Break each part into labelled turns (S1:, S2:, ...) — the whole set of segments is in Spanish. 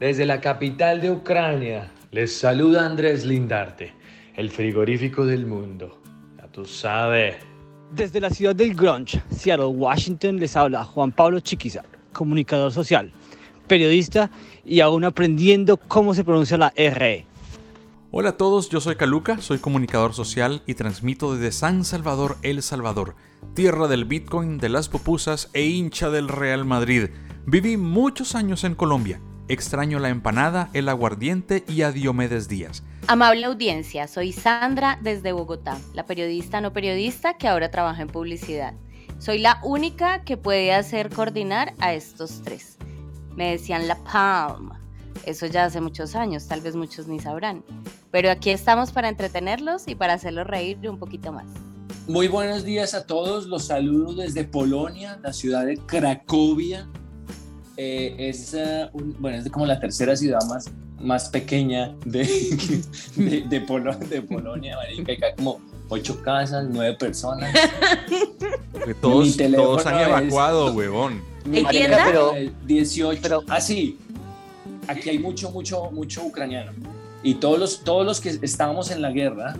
S1: Desde la capital de Ucrania les saluda Andrés Lindarte, el frigorífico del mundo. Ya tú sabes.
S2: Desde la ciudad del Grunge, Seattle, Washington, les habla Juan Pablo Chiquiza, comunicador social, periodista y aún aprendiendo cómo se pronuncia la R. E.
S3: Hola a todos, yo soy Caluca, soy comunicador social y transmito desde San Salvador, El Salvador, tierra del Bitcoin, de las pupusas e hincha del Real Madrid. Viví muchos años en Colombia, Extraño la empanada, el aguardiente y a Diomedes Díaz.
S4: Amable audiencia, soy Sandra desde Bogotá, la periodista no periodista que ahora trabaja en publicidad. Soy la única que puede hacer coordinar a estos tres. Me decían la Palm. Eso ya hace muchos años, tal vez muchos ni sabrán. Pero aquí estamos para entretenerlos y para hacerlos reír un poquito más.
S5: Muy buenos días a todos, los saludo desde Polonia, la ciudad de Cracovia, eh, es, uh, un, bueno, es como la tercera ciudad más, más pequeña de, de, de, Polo, de Polonia, marica, acá como ocho casas, nueve personas.
S3: Porque todos, todos han evacuado, es, huevón.
S5: Mi marica, pero 18, pero, así, ah, aquí hay mucho, mucho, mucho ucraniano. Y todos los, todos los que estábamos en la guerra,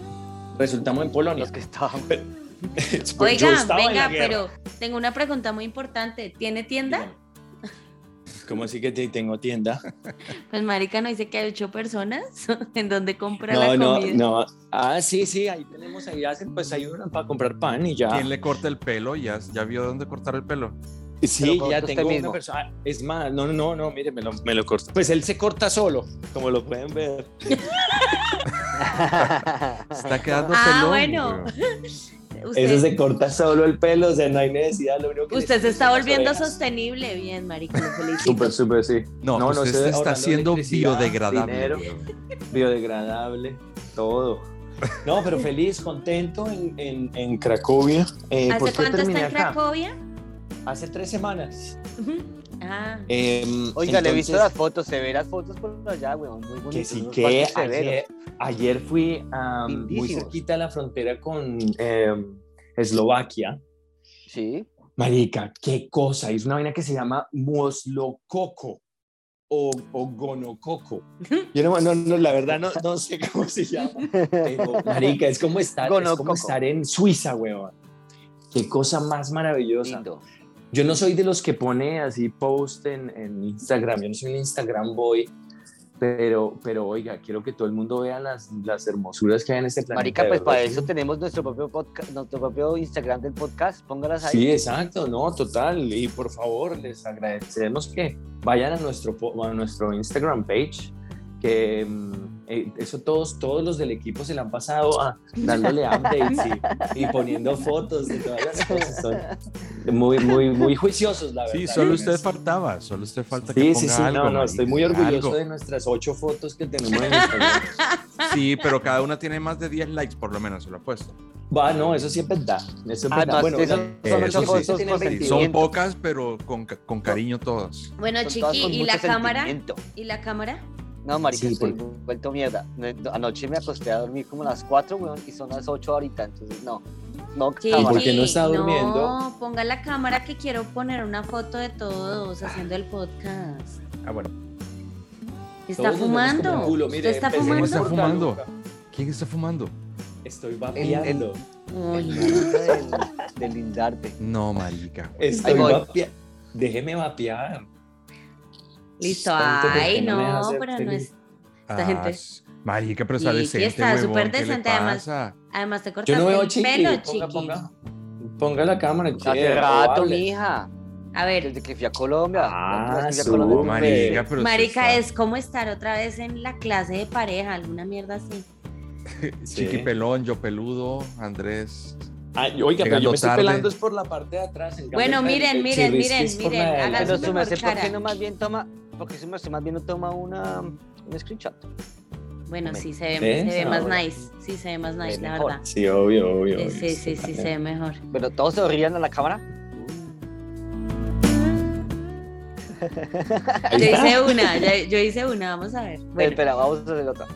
S5: resultamos en Polonia.
S2: Los que estábamos...
S4: pues Oigan, venga, pero tengo una pregunta muy importante. ¿Tiene tienda? Dígame.
S5: ¿Cómo así que tengo tienda?
S4: Pues marica, ¿no dice que hay ocho personas en donde compra no, la comida?
S5: No, no, Ah, sí, sí, ahí tenemos, ahí hacen, pues ayudan para comprar pan y ya.
S3: ¿Quién le corta el pelo? ¿Ya, ya vio dónde cortar el pelo?
S5: Sí, ya tengo una mismo. persona. Es más, no, no, no, mire, me lo, me lo corto. Pues él se corta solo, como lo pueden ver.
S3: Está quedando
S4: ah,
S3: pelón,
S4: bueno.
S5: Usted, Eso se corta solo el pelo, o sea, no hay necesidad. Lo único que
S4: usted se está volviendo sostenible, bien, marica,
S5: Súper, súper, sí.
S3: No, no,
S5: este
S3: usted no se está siendo biodegradable.
S5: Dinero, biodegradable, todo. No, pero feliz, contento en, en, en Cracovia.
S4: Eh, ¿Hace cuánto está en Cracovia?
S5: Acá? Hace tres semanas. Uh
S4: -huh. Ah.
S2: Eh, Oiga, entonces, le he visto las fotos, se ven las fotos por allá, weón, muy bonito.
S5: Que sí, que ayer, ayer, fui um, muy cerquita a la frontera con eh, Eslovaquia.
S2: Sí.
S5: Marica, qué cosa, es una vaina que se llama Moslococo o, o Gonococo. Yo no, no, no, la verdad no, no sé cómo se llama. Pero, marica, es como estar, es como estar en Suiza, weón. Qué cosa más maravillosa. Lindo yo no soy de los que pone así post en, en, Instagram, yo no soy un Instagram boy, pero, pero oiga, quiero que todo el mundo vea las, las hermosuras que hay en este planeta.
S2: Marica, pues para eso tenemos nuestro propio podcast, nuestro propio Instagram del podcast, póngalas ahí.
S5: Sí, exacto, no, total, y por favor, les agradecemos que vayan a nuestro, a nuestro Instagram page, que mm, eh, eso todos, todos los del equipo se la han pasado a, dándole updates y, y, poniendo fotos de todas las cosas. Son muy, muy, muy juiciosos, la verdad.
S3: Sí, solo usted faltaba, solo usted falta
S5: sí,
S3: que
S5: ponga sí, sí,
S3: algo,
S5: No, no, estoy muy orgulloso algo. de nuestras ocho fotos que tenemos en Instagram.
S3: Sí, pero cada una tiene más de 10 likes, por lo menos, se lo apuesto.
S5: Va, no, eso sí es verdad. Eso es ah, verdad.
S3: No, bueno, son, eso fotos, sí, son, pocas, pero con, con cariño todas.
S4: Bueno,
S3: con
S4: Chiqui, todas ¿y la cámara? ¿Y la cámara?
S2: No, marica, sí, estoy porque... vuelto mierda. Anoche me acosté a dormir como a las 4, weón, y son las 8 ahorita, entonces no. No,
S5: ¿Y Ah, por qué no está durmiendo?
S4: No, ponga la cámara que quiero poner una foto de todos haciendo el podcast.
S3: Ah, bueno.
S4: ¿Está todos fumando? Culo. Mire, ¿Usted está fumando?
S3: está fumando? ¿Quién está fumando?
S5: Estoy vapeando.
S2: El, el, el, del, lindarte.
S3: No, marica.
S5: Estoy vapeando. Déjeme vapear.
S4: Listo. Ay, no, no pero no es. Esta ah, gente.
S3: Marica, pero está decente.
S4: está súper decente. Además, además te cortas
S5: Yo no veo
S4: el
S5: chiqui,
S4: pelo,
S5: ponga,
S4: chiqui.
S5: Ponga, ponga, la cámara.
S2: Hace rato, mija.
S4: A ver.
S2: Desde que fui a Colombia.
S5: Ah,
S2: que fui
S5: a Colombia.
S3: Marica, pero
S4: marica es como estar otra vez en la clase de pareja, alguna mierda así.
S3: sí. Chiqui pelón, yo peludo, Andrés.
S5: Ay, Ah, oiga, pero yo me tarde. estoy pelando es por la parte de atrás.
S4: bueno, miren, miren, miren, miren. Háganlo
S2: su merced, ¿por qué no más bien toma porque si me más bien no toma una, un screenshot.
S4: Bueno, sí se ve, se ve más nice, sí se ve más nice, la verdad.
S5: Sí, obvio, obvio.
S4: Sí, sí, sí, sí, se ve mejor.
S2: Pero todos se rían a la cámara.
S4: Yo hice una, yo, hice una, vamos a ver.
S2: Bueno. eh, Espera, vamos a hacer la otra.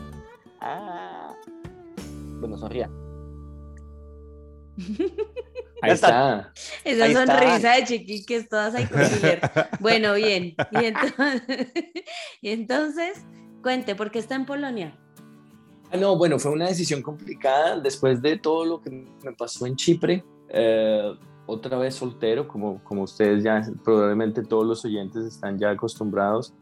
S2: Ah. Bueno, sonrían.
S5: Ahí
S6: Ya
S5: está.
S4: Esa
S6: Ahí está.
S4: sonrisa de Chiqui que es toda psicokiller. bueno, bien. Y entonces, y entonces, cuente, ¿por qué está en Polonia?
S5: Ah, no, bueno, fue una decisión complicada después de todo lo que me pasó en Chipre. eh, otra vez soltero, como, como ustedes ya, probablemente todos los oyentes están ya acostumbrados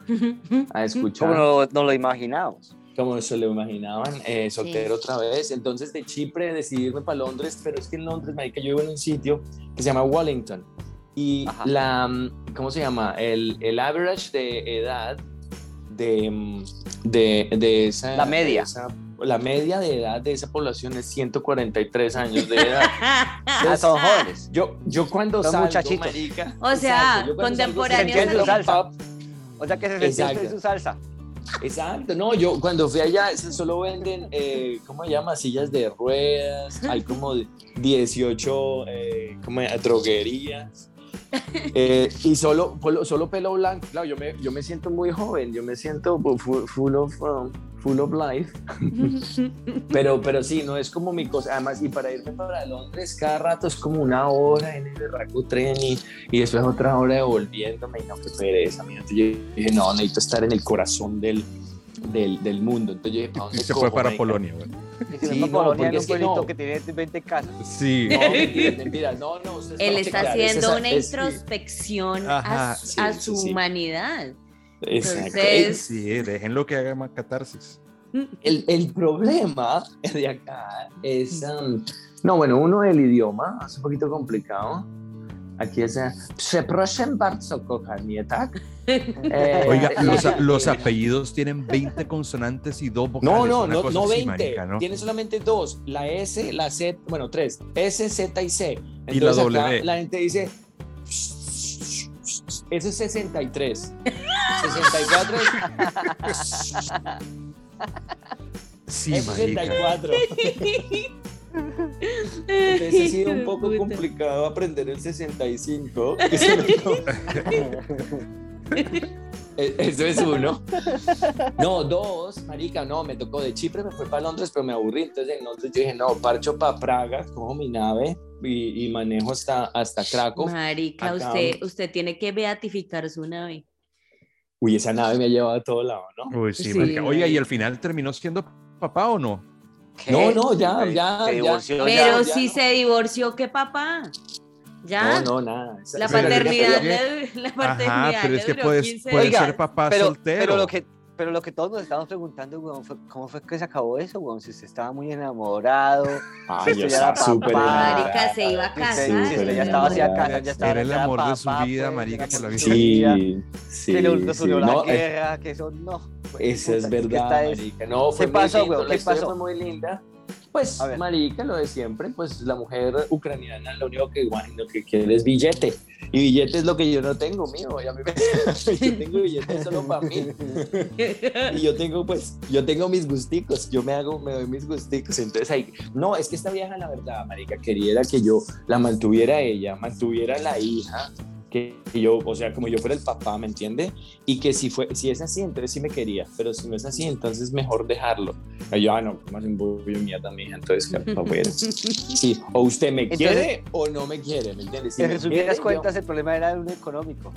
S5: a escuchar.
S2: ¿Cómo no, no lo imaginamos?
S5: como se lo imaginaban, eh, soltero otra vez. Entonces de Chipre decidirme para Londres, pero es que en Londres, marica, yo vivo en un sitio que se llama Wellington y
S2: Ajá.
S5: la, mm, ¿cómo se llama? El, el average de edad de, mm, de, de esa...
S2: La media.
S5: de esa- la media de edad de esa población es 143 años de edad.
S2: Ah, son jóvenes.
S5: Yo, yo cuando
S2: Son
S5: salgo,
S2: muchachitos.
S5: marica,
S4: O sea,
S5: yo cuando salgo,
S4: contemporáneos.
S2: se entiende
S4: a-
S2: usar- salsa. O sea que se sentía usted en
S5: Exacto.
S2: su salsa.
S5: Exacto, no, yo cuando fui allá se- solo venden, eh, ¿cómo se llama? Sillas de ruedas, hay como 18 eh, ¿cómo se llama? droguerías. eh, y solo, polo- solo pelo blanco, claro, yo me, yo me siento muy joven, yo me siento fu- fu- full of, um, full of life, pero, pero sí, no es como mi cosa, además, y para irme para Londres cada rato es como una hora en el berraco tren y, y después otra hora devolviéndome y no, qué pereza, mira, entonces yo dije, no, necesito estar en el corazón del, del, del mundo, entonces yo dije, ¿para
S7: Y
S5: dónde
S7: se fue
S5: cojo,
S7: para
S5: marica?
S7: Polonia, güey.
S2: Y si
S5: Sí,
S2: no,
S5: no,
S2: Polonia
S5: porque
S2: en
S5: es
S2: un
S5: que
S2: pueblito
S5: no.
S2: que tiene 20 casas.
S7: Sí.
S5: No, mentiras, mentiras, no, no, ustedes
S4: Él
S5: no
S4: está
S5: chequean, es
S4: haciendo
S5: esa-
S4: una
S5: es-
S4: introspección a
S7: Ajá,
S4: su,
S5: sí,
S4: a
S5: sí,
S4: su
S5: sí.
S4: humanidad.
S5: Exacto.
S4: Entonces-
S7: Sí, déjenlo que haga más catarsis.
S5: El, el problema de acá es. um, no, bueno, uno el idioma, es un poquito complicado. Aquí es. eh, Przepraszam bardzo, kochanie, tak? Eh,
S7: Oiga, los,
S5: eh,
S7: los apellidos tienen 20 consonantes y dos vocales.
S5: No, no,
S7: una
S5: no,
S7: cosa
S5: no
S7: así,
S5: 20.
S7: marica, ¿no?
S5: Tiene solamente dos: la S, la Z, bueno, tres: S, Z y C.
S7: Y la
S5: Entonces acá
S7: W.
S5: La gente dice. Eso es 63. 64
S7: Sí,
S5: es
S7: marica.
S5: 64. Entonces ha sido un poco complicado aprender el 65. Eso E- eso es uno. No, dos, marica, no, me tocó de Chipre, me fui para Londres, pero me aburrí. Entonces en Londres yo dije, no, parcho para Praga, cojo mi nave y, y manejo hasta, hasta Krakow.
S4: Marica,
S5: Acá.
S4: usted, usted tiene que beatificar su nave.
S5: Uy, esa nave me ha llevado a todo lado, ¿no?
S7: Uy, sí,
S4: Sí,
S7: marica. Oiga, ¿y
S4: marica.
S7: al final terminó siendo papá o no?
S5: No, no, ya, ya,
S2: Se
S5: ya.
S2: divorció ya.
S4: Pero
S5: ya
S4: si
S5: no.
S4: se divorció, ¿qué papá? Ya.
S5: No, no, nada. Esa-
S4: ¿Ah? La
S7: Pero-
S4: paternidad,
S7: pero-
S4: le- la paternidad.
S7: Ajá, pero es
S4: le
S7: que
S4: duró
S7: puedes,
S4: 15
S7: puedes
S2: Oiga,
S7: ser papá
S2: pero,
S7: soltero.
S2: pero lo que pero lo que todos nos estábamos preguntando, weón, fue cómo fue que se acabó eso, weón. Si usted estaba muy enamorado,
S5: Ay,
S2: Sí,
S5: yo
S2: ya
S5: estaba
S2: papá.
S5: súper enamorada.
S4: Marica, se iba a
S2: si usted,
S4: casar.
S5: Sí, pero
S2: si usted
S5: no.
S2: ya estaba hacia
S5: Era
S2: casa, ya estaba
S7: el
S2: ya
S7: amor de su
S2: papá,
S7: vida,
S2: pues,
S7: marica,
S2: era
S7: que la
S2: su
S7: vida-
S5: Sí,
S2: vida,
S5: sí.
S2: Que le nos
S5: sí.
S2: unió la
S5: No, eh,
S2: guerra, que eso no. güey,
S5: Esa es
S2: puta, que
S5: verdad,
S2: está es-
S5: marica. No, fue
S2: ¿Qué
S5: muy
S2: pasó,
S5: lindo,
S2: weón?
S5: la
S2: ¿Qué
S5: historia
S2: pasó?
S5: fue muy linda. Pues,
S2: A ver.
S5: marica, lo de siempre, pues la mujer ucraniana lo único que, guay, lo que quiere es billete. Y billete es lo que yo no tengo, mío. Y a mí me- yo tengo billete solo para mí. Y yo tengo, pues, yo tengo mis gusticos. Yo me hago, me doy mis gusticos. Entonces ahí, no, es que esta vieja, la verdad, marica, quería era que yo la mantuviera ella, mantuviera la hija. Que que yo, o sea, como yo fuera el papá, ¿me entiende? y que si fue si es así entonces sí me quería pero si no es así entonces mejor dejarlo Y yo ah no más un bollo mierda mija entonces que no puedo sí o usted me
S2: Entonces-
S5: quiere o no me quiere ¿me entiendes? Si
S2: En
S5: me
S2: resumidas
S5: quiere, yo-
S2: cuentas, el problema era uno económico.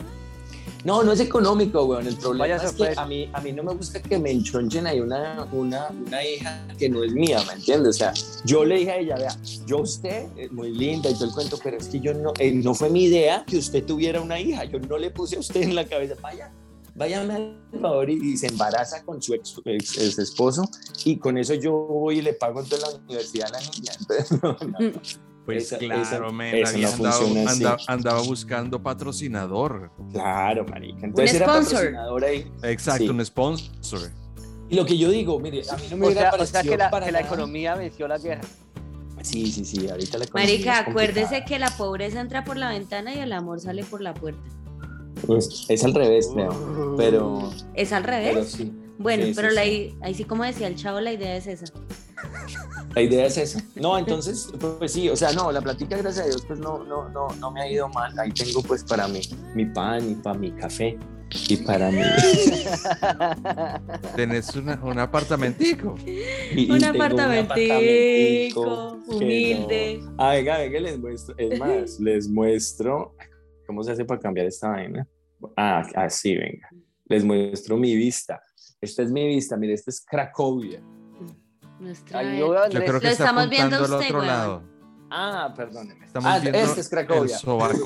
S5: no no es económico weón el problema
S2: Vaya
S5: es que
S2: sorpresa.
S5: a mí a mí no me gusta que me enchonchen ahí una una una hija que no es mía ¿me entiendes? o sea yo le dije a ella vea yo a usted eh, muy linda y todo el cuento pero es que yo no eh, no fue mi idea que usted tuviera una hija yo no le puse a usted en la cabeza vaya váyame al favor y, y se embaraza con su ex, ex- ex esposo y con eso yo voy y le pago en toda la universidad a la niña. Entonces, no, no.
S7: Pues
S5: Esa-
S7: claro,
S5: esa-
S7: men,
S5: esa
S7: la vieja
S5: no funciona
S7: andaba,
S5: así.
S7: andaba- andaba buscando patrocinador.
S5: Claro, marica. Entonces era
S4: sponsor.
S5: patrocinadora ahí.
S7: Exacto,
S5: Sí.
S7: un sponsor.
S5: Y lo que yo digo, mire, a mí no me
S2: O
S5: hubiera
S2: sea, o
S5: parecido
S2: sea que, la,
S5: para
S2: que la
S5: nada.
S2: economía venció la guerra.
S5: Sí, sí, sí, ahorita la economía
S4: Marica,
S5: es complicada.
S4: acuérdese que la pobreza entra por la ventana y el amor sale por la puerta.
S5: Pues, es al revés, Leo.
S2: Uh,
S5: Pero,
S4: Es al revés.
S5: pero sí.
S4: bueno,
S5: sí, sí,
S4: pero la
S5: sí.
S4: i- ahí sí, como decía el chavo, la idea es esa.
S5: La idea es esa. No, entonces, pues sí, o sea, no, la platica, gracias a Dios, pues no, no, no, no me ha ido mal. Ahí tengo pues para mí, mi pan y para mi café. Y para mí.
S3: Tenés una- un apartamentico.
S5: y- y
S4: Un
S5: tengo
S4: apartamentico,
S5: apartamentico que
S4: humilde.
S5: no- Ah, venga, venga, les muestro. Es más, les muestro. ¿Cómo se hace para cambiar esta vaina? Ah, así, venga. Les muestro mi vista. Esta es mi vista, mire, esta es Cracovia.
S4: Nuestra e-
S2: Ahí
S4: vida.
S2: yo veo a
S3: Yo
S2: Andrés.
S3: creo que
S4: Lo
S3: está
S4: estamos viendo
S3: apuntando al
S4: usted,
S3: otro
S4: weón.
S3: lado.
S5: Ah, perdónenme.
S3: Estamos
S5: ah,
S3: viendo
S5: este es
S3: el
S5: Cracovia.
S3: sobaco.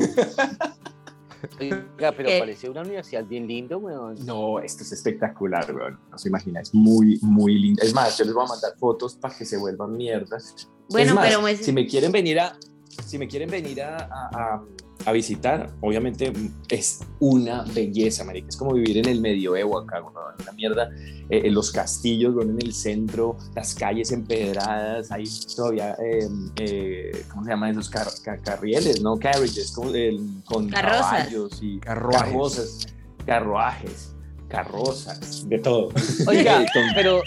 S2: Oiga, pero
S4: ¿Qué?
S2: pareció una universidad bien lindo, weón.
S5: No, esto es espectacular, weón. No se imagina, es muy, muy lindo. Es más, yo les voy a mandar fotos para que se vuelvan mierdas.
S4: Bueno,
S5: Es más,
S4: pero pues-
S5: si me quieren venir a, si me quieren venir a, a- a- a visitar, obviamente mm, es una belleza, marica. Es como vivir en el medioevo acá, weón. Una mierda. Eh, eh, los castillos, weón, en el centro, las calles empedradas, hay todavía, eh, eh, ¿cómo se llaman esos car- ca- carrieles? No, carriages, como, eh, con
S4: Carrozas.
S5: caballos y
S3: Carruajes.
S5: carrozas carruajes, carrozas, de todo.
S2: Oiga,
S5: Eh, con-
S2: pero,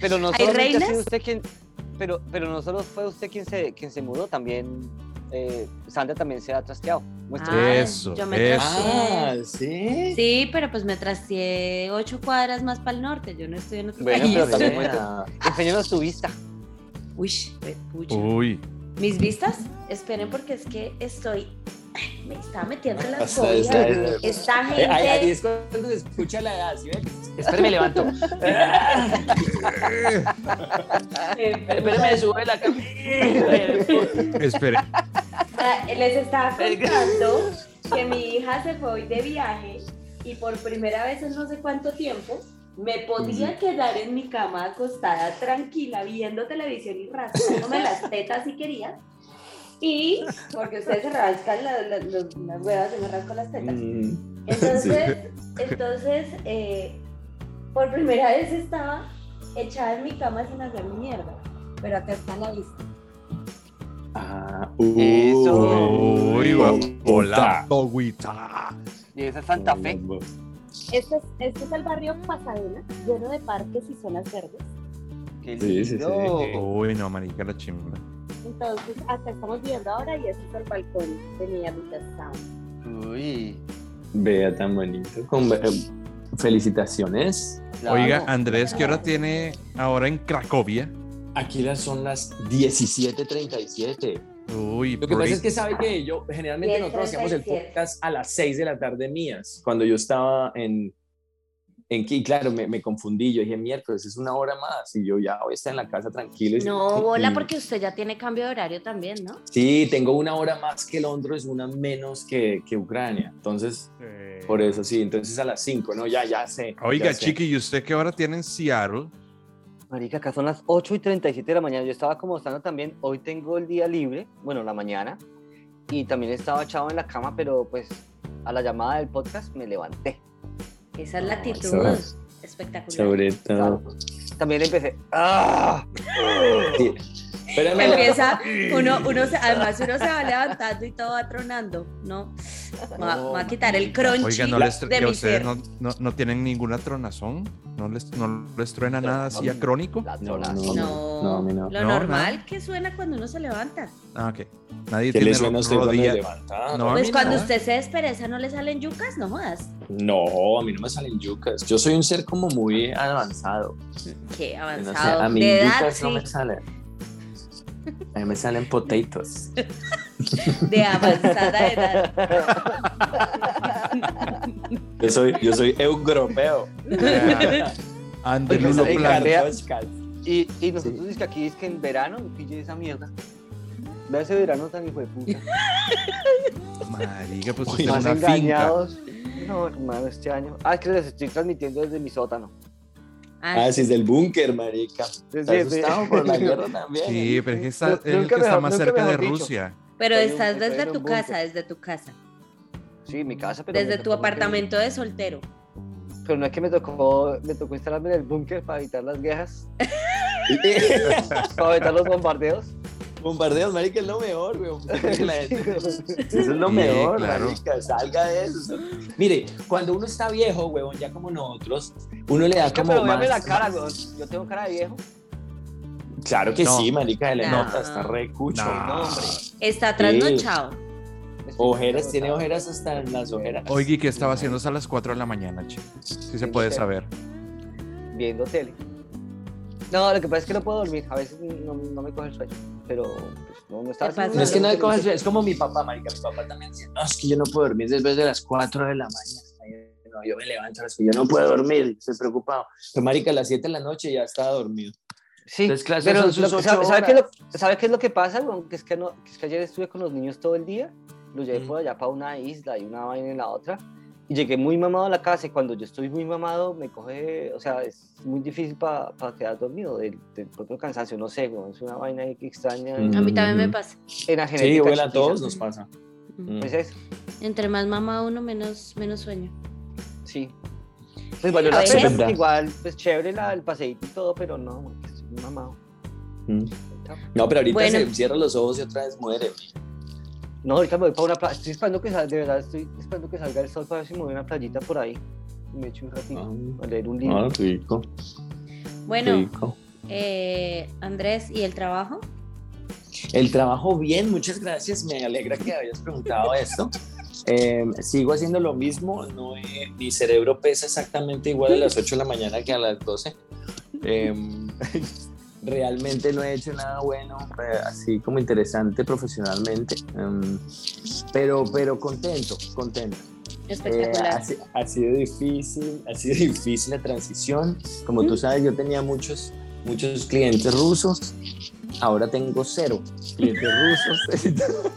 S2: pero no
S4: ¿Hay
S2: solamente ha
S4: reinas?
S2: sido usted quien, pero, pero no solo fue usted quien se, quien se mudó, también eh, Sandra también se ha trasteado. Muestra.
S4: Ah,
S3: Eso,
S4: yo me
S3: eso.
S5: Ah,
S4: trasteé.
S5: sí.
S4: Sí, pero pues me trasteé ocho cuadras más para el norte. Yo no estoy en otro
S2: Bueno,
S5: Ahí
S2: pero
S4: país.
S5: está.
S2: también Enséñanos tu vista.
S4: Uy, fue pucha.
S3: Uy,
S4: Mis vistas, esperen porque es que estoy. Ay, Me está metiendo en las
S5: Está- está-
S4: cobijas. Esta
S5: Eh, ahí, ahí
S4: gente.
S5: es cuando se escucha la edad, ¿sí ven? Espérame, me levanto. Espérame, sube la cama.
S3: espere.
S8: Ah, Les estaba contando que mi hija se fue hoy de viaje y por primera vez en no sé cuánto tiempo me podía quedar en mi cama acostada tranquila viendo televisión y rascándome las tetas si quería. Y porque ustedes se rascan la- la- los- las huevas, se me rascan las tetas.
S5: Mm,
S8: Entonces, entonces eh, por primera vez estaba echada en mi cama sin hacer mi mierda. Pero acá está la vista.
S5: ah, uh,
S2: Eso.
S3: Uy,
S5: Bogotá.
S3: hola, Bogotá.
S2: Y esa es Santa Fe.
S8: Este es, este es el barrio Pasadena, lleno de parques y zonas verdes.
S2: Qué
S5: Sí, sí, sí.
S2: lindo.
S3: Uy, no, marica, la chimba.
S8: Entonces, acá estamos viendo ahora y este es el balcón de mi amiga Sound.
S2: Uy.
S5: Vea tan bonito. Con- eh, felicitaciones.
S2: claro.
S3: Oiga, Andrés, ¿qué hora tiene ahora en Cracovia?
S5: Aquí las son las 17:37.
S3: Uy,
S5: Lo que pasa
S3: break.
S5: es que sabe que yo, generalmente nosotros hacíamos el
S8: 10:37.
S5: podcast a las 6 de la tarde mías, cuando yo estaba en... en y claro, me, me confundí, yo dije, miércoles, es una hora más, y yo ya voy a estar en la casa tranquilo. y- "Mm,
S4: No, bola, porque usted ya tiene cambio de horario también, ¿no?
S5: Sí, tengo una hora más que Londres, una menos que, que Ucrania, entonces,
S3: Eh,
S5: por eso sí, entonces a las 5, no, ya, ya sé.
S3: Oiga,
S5: ya sé.
S3: chiqui, ¿y usted qué hora tiene en Seattle?
S2: Marica, acá son las 8 y 37 de la mañana. Yo estaba como estando también. Hoy tengo el día libre, bueno, la mañana. Y también estaba echado en la cama, pero pues a la llamada del podcast me levanté.
S4: Esa es
S8: Ah,
S5: No,
S4: la actitud
S5: eso-
S4: espectacular.
S5: Sobre todo.
S2: También empecé. ¡Ah!
S5: Sí. Espérame,
S4: Empieza, uno, uno se- además uno se va levantando y todo va tronando, ¿no? Me Va, me va a quitar el crunchy
S3: Oiga, no les
S4: de
S3: y a
S4: mi
S3: ustedes
S4: ser.
S3: no, no, no tienen ninguna tronazón, no les, no les truena
S2: No,
S3: nada así
S2: no.
S3: acrónico.
S2: La
S5: No,
S2: zona.
S5: no.
S4: No,
S5: No, a mí no.
S4: lo
S3: No,
S4: normal
S3: nada.
S4: que suena cuando uno se levanta.
S3: Ah, ok. Nadie
S5: ¿qué le
S3: tiene
S5: suena a
S3: ro-
S5: usted cuando
S3: rodilla.
S5: se levanta?
S3: No, a
S4: Pues
S3: mí
S4: cuando
S3: no.
S4: usted se despereza no le salen yucas, no jodas.
S5: No, a mí no me salen yucas. Yo soy un ser como muy avanzado.
S4: Qué
S5: No sé,
S4: avanzado.
S5: a mí
S4: de edad,
S5: yucas no
S4: sí.
S5: me salen. A mí me salen potatoes.
S4: De avanzada edad.
S5: Yo soy, yo soy europeo.
S3: Ah, Ande,
S5: pues,
S2: Oiga,
S3: Lulo
S2: ¿sabe qué?
S3: Plan.
S2: Andrea. Y, y nosotros dice que aquí es que en verano pille esa mierda. Vea ese verano tan hijo de puta.
S3: Marica, pues
S5: Uy,
S3: usted es
S2: Más
S3: una finca.
S2: engañados. No, hermano, este año. Ah, es que les estoy transmitiendo desde mi sótano.
S5: Ah, sí, es del búnker, marica.
S2: Desde,
S5: ¿Estás asustado por la guerra también?
S3: Sí, pero es que está,
S2: Nu-
S3: es el
S2: nunca
S3: que está
S2: mejor-
S3: más
S2: nunca
S3: cerca de
S2: mejor dicho.
S3: Rusia.
S4: Pero
S2: Soy un-
S4: estás desde
S2: soy un
S4: tu
S2: búnker.
S4: casa, desde tu casa.
S2: Sí, mi casa, pero. me
S4: Desde tu
S2: tocó-
S4: apartamento de soltero.
S2: Pero no es que me tocó, me tocó instalarme en el búnker para evitar las guerras, para evitar los bombardeos.
S5: Bombardeos, marica, es lo mejor, güey. La gente- Eso es lo
S3: Sí,
S5: mejor,
S3: claro.
S5: marica. Salga de eso. Mire, cuando uno está viejo, huevón, ya como nosotros, uno le da
S2: Oiga,
S5: como
S2: pero véame
S5: más...
S2: la cara, weón. Yo tengo cara de viejo.
S5: Claro que
S3: No.
S5: sí, marica, se le
S4: No.
S5: nota, está re cucho.
S3: No.
S2: No, hombre.
S4: Está
S5: Sí.
S4: trasnochado.
S5: Ojeras, tiene ojeras hasta en las ojeras.
S7: Oye, ¿qué estaba haciendo a las 4 de la mañana, che? Si se puede saber.
S2: Viendo tele. No, lo que pasa es que no puedo dormir. A veces no, no me coge el sueño. Pero pues, no, no estaba
S4: ¿Qué
S2: haciendo
S5: No es que no
S2: nada.
S5: me coja el sueño, es como mi papá, marica. Mi papá también dice, no, es que yo no puedo dormir después de las 4 de la mañana. Yo, No, yo me levanto a las yo no puedo dormir, estoy preocupado. Pero marica, a las 7 de la noche ya estaba dormido.
S2: Sí,
S5: Entonces, claro,
S2: pero
S5: son sus
S2: lo que-
S5: ocho
S2: ¿sabe, sabe qué es lo, sabe qué es lo que pasa? weón? Que es que, no, que es que ayer estuve con los niños todo el día, los llevé
S5: Mm.
S2: por allá para una isla y una vaina en la otra, y llegué muy mamado a la casa, y cuando yo estoy muy mamado me coge, o sea, es muy difícil para quedar dormido del, del propio cansancio, no sé, weón, es una vaina ahí que extraña,
S5: Mm.
S4: A mí también me
S5: Ujú.
S4: pasa.
S2: en la
S5: Sí,
S2: genética
S5: bueno, a
S2: quizás.
S5: todos nos pasa.
S4: Mm.
S2: Pues eso,
S4: Entre más mama uno, menos, menos sueño.
S2: sí. Pues valió
S4: A
S2: la
S4: veces-
S2: pena, porque
S5: ¿Verdad?
S2: igual, pues chévere la- el paseíto y todo, pero no, weón, que estoy mamado.
S5: Mm. No, pero ahorita
S4: Bueno.
S5: se cierra los ojos y otra vez muere.
S2: No, ahorita me voy para una playa. Estoy esperando que salga, de verdad, estoy esperando que salga el sol para ver si me voy a una playita por ahí. Me echo un ratito
S5: Ah.
S2: a leer un libro.
S5: rico,
S4: Bueno, eh, Andrés, ¿y el trabajo?
S5: El trabajo bien, muchas gracias. Me alegra que habías preguntado esto. Eh, sigo haciendo lo mismo. No, he- mi cerebro pesa exactamente igual a las 8 de la mañana que a las 12. Eh, realmente no he hecho nada bueno, eh, así como interesante profesionalmente. Eh, pero, pero contento, contento. Eh, ha
S4: Espectacular.
S5: si- ha, sido difícil, ha sido difícil la transición. Como tú sabes, yo tenía muchos, muchos clientes rusos. Ahora tengo cero clientes rusos.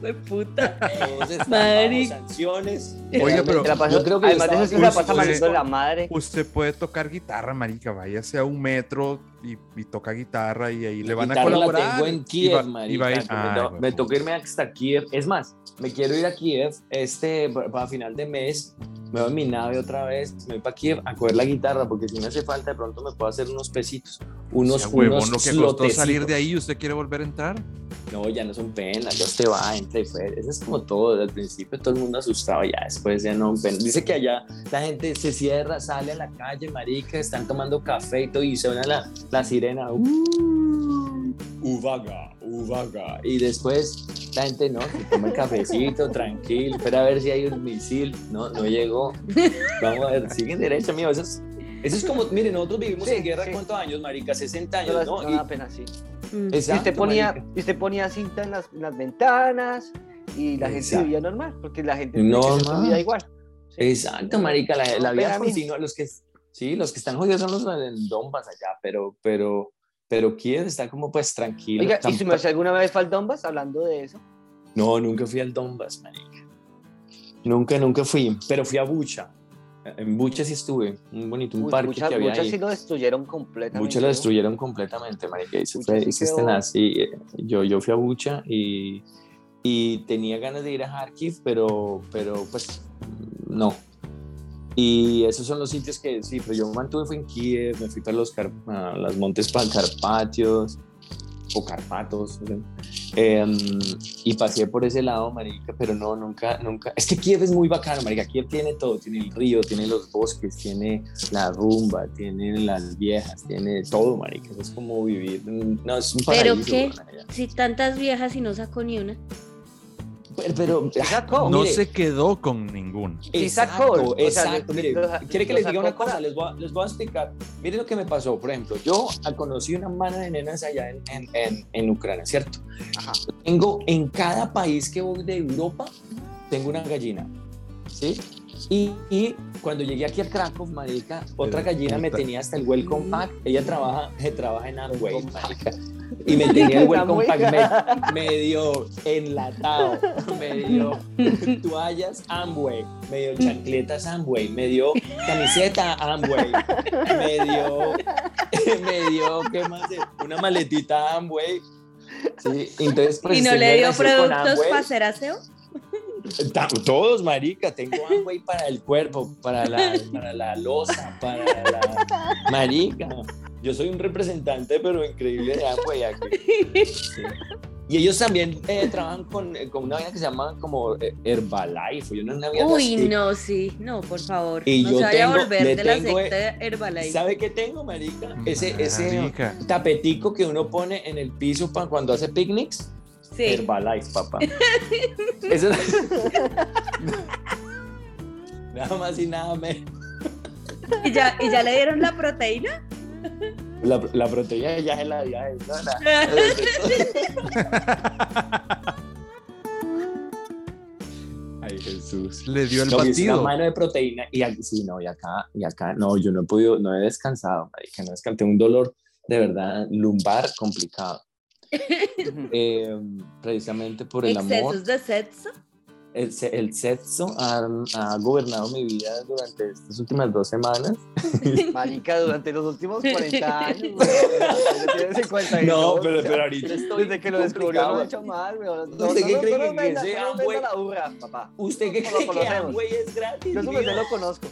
S4: Fue puta.
S5: Todos están
S4: Madre.
S5: bajo sanciones.
S3: Oiga, pero
S2: Se la pasa-
S5: yo creo que
S2: además de
S5: yo
S2: eso,
S5: estaba
S2: se la
S5: justo
S2: pasa
S3: en
S2: maldito
S3: eso.
S2: la madre.
S3: Usted pues, puede tocar guitarra, marica, váyase a un metro y, y toca guitarra y ahí le van a
S5: Guitarra la
S3: colaborar.
S5: tengo en
S3: Y va-
S5: Kiev,
S3: y va
S5: marica,
S3: a ir-
S5: que
S3: Ay,
S5: me, to-
S3: güey, pues.
S5: me toca irme hasta Kiev. Es más, me quiero ir a Kiev este, pa- para final de mes. Me voy a mi nave otra vez, me voy para Kiev a coger la guitarra, porque si me hace falta, de pronto me puedo hacer unos pesitos. Unos,
S3: sea huevón
S5: unos
S3: lo que costó salir
S5: slotecitos.
S3: de ahí, ¿usted quiere volver a entrar?
S5: No, ya no son penas, ya usted va, entra y fue. Eso es como todo, al principio todo el mundo asustado, ya después ya no, penas. Dice que allá la gente se cierra, sale a la calle, marica, están tomando café y todo, y suena la, la sirena.
S2: Mm.
S5: "Uh, Uvaga, uvaga. Y después la gente, no, se toma el cafecito, tranquilo, espera a ver si hay un misil. No, no llegó. Vamos a ver, siguen derecho, amigo. Eso es, eso es como, miren, nosotros vivimos
S2: Sí,
S5: en guerra,
S2: sí.
S5: ¿cuántos años, marica? 60
S2: No, la-
S5: años, ¿no?
S2: no
S5: Y-
S2: da pena, sí.
S5: ah,
S4: Mm.
S2: Y usted,
S5: Exacto,
S2: ponía,
S5: marica.
S2: y usted ponía cinta en las, en las ventanas y la gente
S5: Exacto.
S2: vivía normal, porque la
S5: Mm.
S2: gente
S5: Normal.
S2: vivía igual.
S5: Exacto, marica, la, la
S2: No,
S5: vida
S2: pero a mí-
S5: continúa, los que, sí, los que están jodidos son los del Donbass allá, pero, pero, pero Kiev está como pues tranquilo.
S2: Oiga, ¿y
S5: Tamp-
S2: si me alguna vez fue al Donbass hablando de eso?
S5: No, nunca fui al Donbass, marica. Nunca, nunca fui, pero fui a Bucha. En Bucha sí estuve, un bonito, un
S2: Uy,
S5: parque
S2: muchas-
S5: que había
S2: muchas
S5: ahí.
S2: sí lo destruyeron completamente.
S5: Bucha lo
S2: ¿no?
S5: destruyeron completamente, marica, y se
S2: Bucha
S5: fue,
S2: sí
S5: y se
S2: quedó-
S5: tenaz, y, eh, yo, yo fui a Bucha y, y tenía ganas de ir a Kharkiv, pero, pero pues no. Y esos son los sitios que sí, pero yo me mantuve fue en Kiev, me fui para los Car- a las montes para Carpatios o Carpatos, no sé. Em, y pasé por ese lado, marica, pero no, nunca, nunca. Es que Kiev es muy bacano, marica. Kiev tiene todo, tiene el río, tiene los bosques, tiene la rumba, tiene las viejas, tiene todo, marica. Eso es como vivir, en- no, es un
S4: ¿Pero
S5: paraíso.
S4: qué?
S5: marica.
S4: Si tantas viejas y no sacó ni una.
S5: Pero, pero-
S2: sacó?
S5: ah,
S3: No
S5: mire,
S3: se quedó con ningún.
S2: Sí
S5: Exacto,
S2: sacó, o sea,
S5: exacto. ah,
S2: le-
S5: Mire,
S2: lo sa-
S5: ¿Quiere que
S2: lo
S5: les diga una
S2: sacó
S5: cosa?
S2: para-
S5: Les voy, a, les voy a explicar. Mire lo que me pasó. Por ejemplo, yo ah, conocí una mano de nenas allá en, en, en- en Ucrania, ¿cierto?
S2: Ajá.
S5: Tengo en cada país que voy de Europa, tengo una gallina. ¿Sí? Y, y cuando llegué aquí a Krakow, marica, otra
S3: Pero
S5: gallina me
S3: puta.
S5: tenía hasta el welcome pack. Ella trabaja, trabaja en Amway,
S2: Welcome
S5: marica. Y me tenía el welcome
S2: Amway.
S5: pack me- medio enlatado, medio toallas Amway, medio chancletas Amway, medio camiseta Amway, medio, medio, ¿qué más? Una maletita Amway. Sí, entonces, pues,
S4: ¿Y no
S5: se me
S4: le dio
S5: nació con
S4: productos
S5: Amway.
S4: para hacer aseo?
S5: Ta- Todos, marica, tengo Amway para el cuerpo, para la, para la losa, para la... Marica, yo soy un representante, pero increíble de Amway aquí. Sí. Y ellos también eh, trabajan con, eh, con una vaina que se llama como eh, Herbalife, o yo no una vaina
S4: Uy,
S5: así.
S4: no, sí, no, por favor.
S5: Y
S4: no
S5: yo
S4: se vaya
S5: tengo-
S4: a
S5: le
S4: volver de la
S5: tengo,
S4: secta Herbalife.
S5: ¿Sabe qué tengo, marica? Ese, ese
S3: Mm, Marica.
S5: tapetico que uno pone en el piso pa- cuando hace picnics.
S4: Sí.
S2: Herbalife, papá.
S5: Eso nada más y nada menos.
S4: ¿Y ya, ¿Y ya le dieron la proteína?
S5: La, la proteína ya es la ya es la- la- Ay, Jesús.
S7: Le dio el
S5: No, y es una
S7: batido.
S5: mano de proteína y aquí- sí, no, y acá, y acá, no, yo no he podido, no he descansado, marica, no descansé, un dolor de verdad lumbar complicado. Eh, precisamente por el amor,
S4: ¿Excesos de sexo?
S5: el, se- el sexo ha, ha gobernado mi vida durante estas últimas dos semanas.
S2: Marica, durante los últimos 40 años. weón, tiene 52.
S5: ahorita
S2: Desde que lo descubrió no
S5: complicado.
S2: ha hecho mal, weón. No,
S5: ¿Usted
S2: no,
S5: qué
S2: no,
S5: cree
S2: no
S5: que
S2: me la-
S5: sea,
S2: no me
S5: güey?
S2: la burra, papá.
S5: ¿Usted qué
S2: No lo
S5: cree que
S2: conocemos.
S5: Amway es gratis?
S2: Yo su
S5: vida?
S2: merced lo conozco.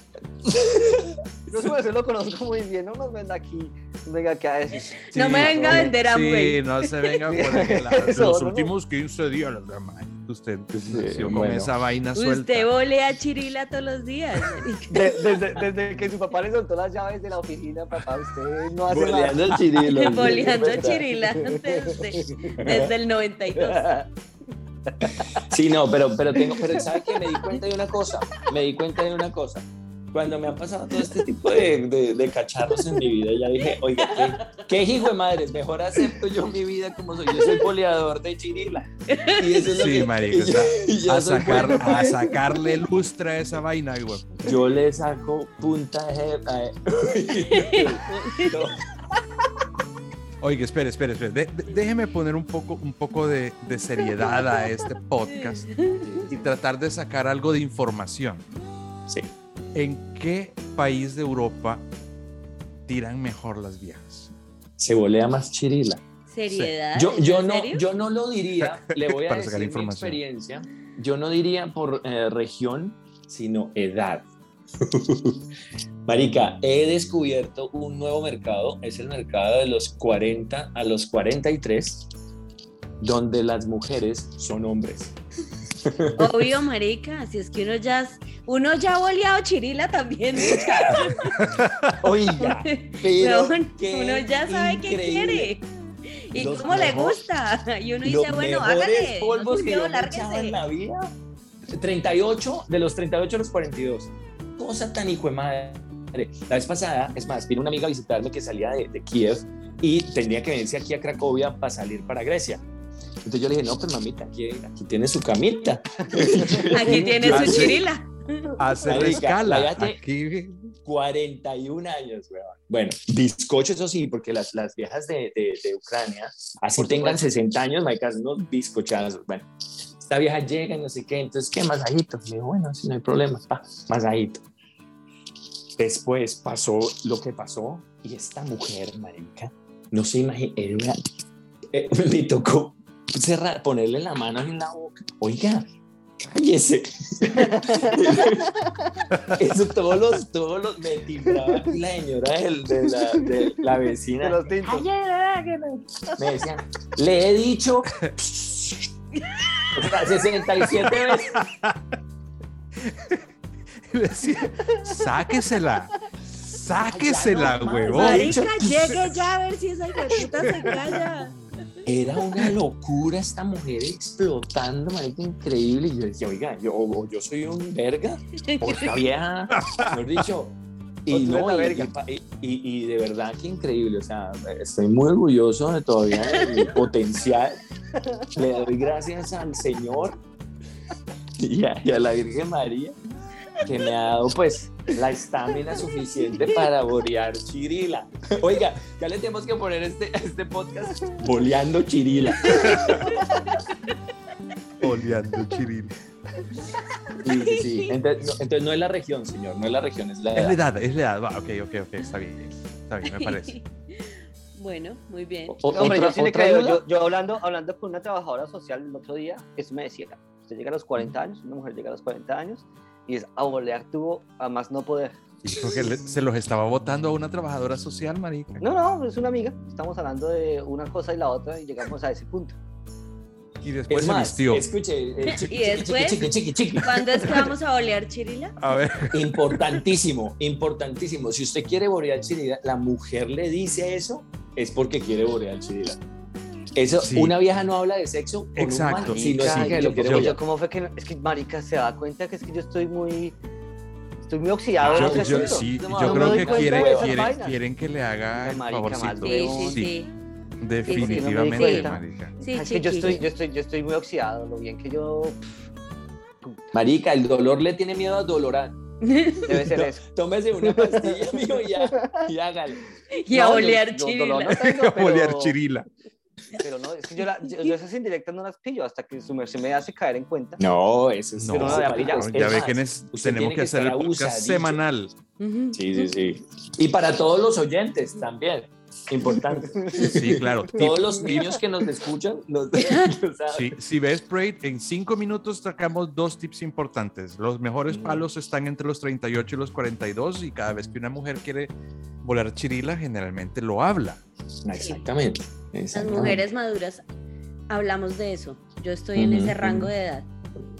S2: Yo su merced lo conozco muy bien. No nos venda aquí. Venga acá a decir.
S4: No me venga a vender
S7: a
S4: Amway.
S7: Sí, no se venga
S2: Sí.
S7: por el lado.
S2: Eso,
S7: Los
S2: no, no.
S7: últimos 15 días, la verdad, man, usted nació con
S5: bueno.
S7: esa vaina suelta.
S4: Usted volea chirila todos los días. marica.
S2: De- desde, desde que su papá le soltó las llaves de la oficina, papá, usted no hace nada.
S5: Boleando el chirilo. sí,
S4: Boleando
S5: es verdad.
S4: chirila desde, desde el 92.
S5: Sí, no, pero, pero tengo, pero ¿sabe qué? Me di cuenta de una cosa, me di cuenta de una cosa. Cuando me ha pasado todo este tipo de, de, de cacharros en mi vida, ya dije, oiga, ¿qué, qué hijo de madres, mejor acepto yo mi vida como soy, yo soy boleador de chirila. Y eso es lo
S7: Sí,
S5: que-
S7: marica,
S5: y
S7: o
S5: yo-
S7: sea,
S5: y yo
S7: a,
S5: soy
S7: sacar-
S5: bueno para
S7: a
S5: eso.
S7: sacarle lustre a esa vaina, güey.
S5: Yo le saco puntaje a... No,
S7: Oiga, espere, espere, espere. De- de- déjeme poner un poco, un poco de, de seriedad a este podcast y tratar de sacar algo de información.
S5: Sí.
S7: ¿En qué país de Europa tiran mejor las viejas?
S5: se volea más chirila.
S4: Seriedad.
S5: Yo, yo,
S4: ¿En
S5: no,
S4: serio?
S5: yo no lo diría, le voy a
S7: Para
S5: decir
S7: sacar
S5: mi
S7: información.
S5: experiencia, yo no diría por eh, región, sino edad. Marica, he descubierto un nuevo mercado, es el mercado de los 40 a los 43, donde las mujeres son hombres.
S4: Obvio, marica, si es que uno ya es- uno ya ha boleado chirila también.
S5: Oiga, pero
S4: Weón,
S5: qué
S4: uno ya sabe qué quiere.
S5: increíble.
S4: Y
S5: Los
S4: cómo le
S5: mejor-
S4: gusta. Y uno
S5: Los
S4: dice, bueno,
S5: mejores
S4: hágale. no
S5: polvos que
S4: subió,
S5: yo me
S4: lárguese.
S5: echaba en la vida. 38, de los 38 a los 42. Cosa tan hijo de madre. La vez pasada, es más, vino una amiga a visitarme que salía de, de Kiev y tenía que venirse aquí a Cracovia para salir para Grecia. Entonces yo le dije, no, pues mamita, aquí, aquí tiene su camita.
S4: Aquí tiene
S5: Ah,
S4: su
S5: sí.
S4: chirila.
S7: Hacer
S5: Marica,
S7: escala.
S5: la gata-
S7: Aquí
S5: 41 años, weón. Bueno, bizcocho, eso sí, porque las, las viejas de, de, de Ucrania, así tengan 60 años, maricas, unos bizcochazos. Bueno, esta vieja llega y no sé qué, entonces, ¿qué? Masajito. Le digo, bueno, si no hay problema, pa, masajito. Después pasó lo que pasó y esta mujer, marica, no se imagina, era una- eh, le tocó cerrar, ponerle la mano en la boca. Oiga, cállese. Eso todos los, todos los, me timbraba la señora del- de, la, de la vecina.
S2: De los tintos.
S5: Me decían, le he dicho o sea, 67 veces.
S7: Le decía, Sáquesela. Sáquesela,
S5: Ya no,
S7: huevón.
S5: madre.
S4: Marica, llegue ya a ver si esa hijueputa se calla.
S5: Era una locura esta mujer explotando, marica, increíble. Y yo decía, oiga, yo, o yo soy un verga, o esta vieja, mejor dicho.
S2: O
S5: Y,
S2: tú eres
S5: no,
S2: la
S5: y-
S2: verga.
S5: y pa- y- y- y de verdad que increíble, o sea, estoy muy orgulloso de todavía de mi potencial. Le doy gracias al Señor y a, y a la Virgen María que me ha dado pues la estamina suficiente para borear Chirila. Oiga, ya le tenemos que poner este, este podcast boleando Chirila.
S7: Oleando chiril.
S5: Sí, sí, sí. Entonces, no, entonces no es la región, señor, no es la región, es la
S7: Es la
S5: edad.
S7: edad, es la edad. Va, ok, ok, ok. Está bien. Está bien, me parece.
S4: Bueno, muy bien.
S5: O-
S2: Hombre,
S5: otra-
S2: yo sí le
S5: otra
S2: creo.
S5: duda.
S2: Yo, yo hablando, hablando con una trabajadora social el otro día, eso me decía, usted llega a los 40 años, una mujer llega a los 40 años y es a bolear tubo a más no poder.
S7: Dijo que le- se los estaba votando a una trabajadora social, marica.
S2: No, no, es una amiga. Estamos hablando de una cosa y la otra y llegamos a ese punto.
S7: Y después
S3: pues,
S5: Es
S7: se
S5: más,
S7: vistió.
S5: escuche, eh, chiqui,
S4: Y
S5: chiqui,
S4: después-
S5: chiqui, chiqui, chiqui,
S4: ¿Cuándo es que vamos a bolear chirila?
S7: A ver.
S5: chiqui. importantísimo, importantísimo. Si usted quiere borear chirila, la mujer le dice eso, es porque quiere borear chirila. Eso,
S3: Sí.
S5: una vieja no habla de sexo con un
S3: Exacto.
S5: man, sino
S2: Marica,
S5: así que
S2: yo,
S5: lo quiere
S2: yo-
S5: follar.
S2: yo cómo fue que no- es que marica se da cuenta que es que yo estoy muy estoy muy oxidado
S3: Yo,
S2: Ah, no sé
S3: yo-
S2: eso.
S3: sí, yo
S2: No, no me
S3: creo
S2: doy
S3: que
S2: cuenta
S3: quieren,
S2: de esas
S3: quieren,
S2: vainas.
S3: quieren que le haga el
S2: Marica,
S3: favorcito.
S2: maldito.
S4: Sí, sí,
S3: Sí,
S4: sí.
S3: definitivamente,
S4: Sí.
S3: marica.
S4: Sí,
S2: Es que yo
S4: chiqui.
S2: estoy, yo estoy, yo estoy muy oxidado, lo bien que yo
S5: Marica, el dolor le tiene miedo a Dolorán.
S2: debe ser eso.
S5: Tómese una pastilla, mijo, y, ya, y hágale.
S4: Y a
S2: No, yo-
S4: olear
S2: yo
S4: chirila.
S2: dolor no tengo, pero-
S3: Olear chirila.
S2: Pero no, es que yo, la- yo- yo esas indirectas no las pillo hasta que su merced me hace caer en cuenta.
S5: No, eso Pues, es.
S3: No,
S2: Pero no la
S5: marica,
S2: pillado.
S5: es
S3: ya ve
S5: más,
S3: que nes-
S5: usted
S3: tenemos
S5: tiene
S3: que, hacer el
S5: estar
S3: podcast
S5: abusadillo.
S3: semanal.
S4: Ujú.
S5: Sí, sí, sí. Y para todos los oyentes también. Importante.
S3: Sí, claro.
S5: Todos los niños que nos escuchan, nos, o sea,
S3: Sí, si ves Braid, en cinco minutos sacamos dos tips importantes. Los mejores palos están entre los 38 y los 42 y cada vez que una mujer quiere volar chirila, generalmente lo habla.
S5: Exactamente.
S4: Las
S5: exactamente.
S4: mujeres maduras hablamos de eso. Yo estoy en
S5: Ujú,
S4: ese rango
S5: ujú.
S4: de edad.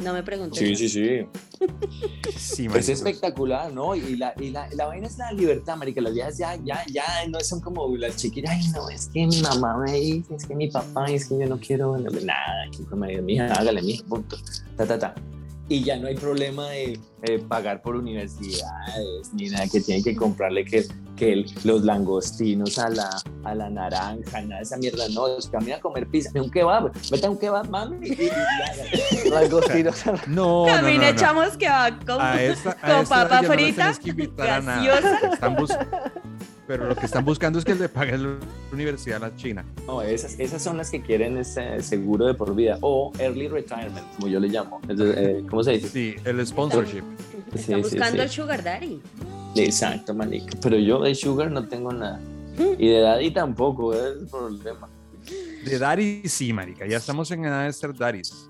S4: No me preguntes.
S5: Sí,
S4: más.
S5: sí, sí.
S3: Sí,
S5: Es
S3: marica.
S5: espectacular, ¿no? Y la, y la, la vaina es la libertad, marica. Las viejas ya, ya, ya no son como las chiquillas. Ay, no, es que mi mamá me dice, es que mi papá, es que yo no quiero bueno, nada. Aquí con mi mija, hágale, mija, punto. Ta, ta, ta. Y ya no hay problema de eh, pagar por universidades ni nada que tienen que comprarle que, que el- los langostinos a la, a la naranja, nada de esa mierda. No, los camina a comer pizza, un kebab, vete a un kebab, mami. y- y- y-
S2: Langostinos.
S3: No, no,
S4: Camina,
S3: no, no. Ah,
S4: echamos que va con.
S3: A esa, a
S4: con
S3: esa ya
S4: papa
S3: no le
S4: frita,
S3: tenés que invitar a nada.
S4: gaseosa.
S3: Lo que están bus- Pero lo que están buscando es que le paguen la universidad a la China.
S5: No, esas, esas son las que quieren ese seguro de por vida o early retirement, como yo le llamo. Entonces, eh, ¿Cómo se dice?
S3: Sí, el sponsorship.
S5: Sí,
S4: Está
S5: sí,
S4: buscando
S5: sí.
S4: el Sugar Daddy.
S5: Exacto, manica. Pero yo de sugar no tengo nada.
S4: Mm.
S5: Y de daddy tampoco, ese es el problema.
S3: De Daris, sí, marica. Ya estamos en edad de ser Daris.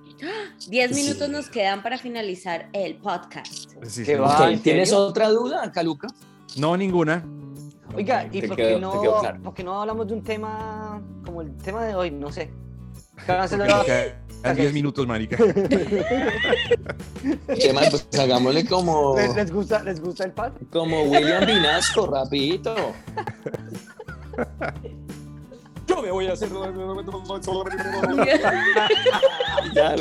S4: Diez
S5: Sí.
S4: minutos nos quedan para finalizar el podcast.
S3: Sí, sí.
S2: Qué va. Ah, ¿en
S5: ¿Tienes
S2: serio?
S5: otra duda, Caluca?
S3: No, ninguna.
S2: Oiga, ¿y
S5: Te
S2: por
S5: quedó-
S2: qué,
S5: te
S2: no,
S5: quedó claro.
S2: por qué no hablamos de un tema como el tema de hoy? No sé.
S3: Porque
S2: Cancelado.
S3: nos quedan 10 minutos, marica.
S5: Tema, pues hagámosle como,
S2: ¿Les, les gusta, ¿Les gusta el pan?
S5: como William Vinasco, rapidito. Yo me voy a hacer... Ya,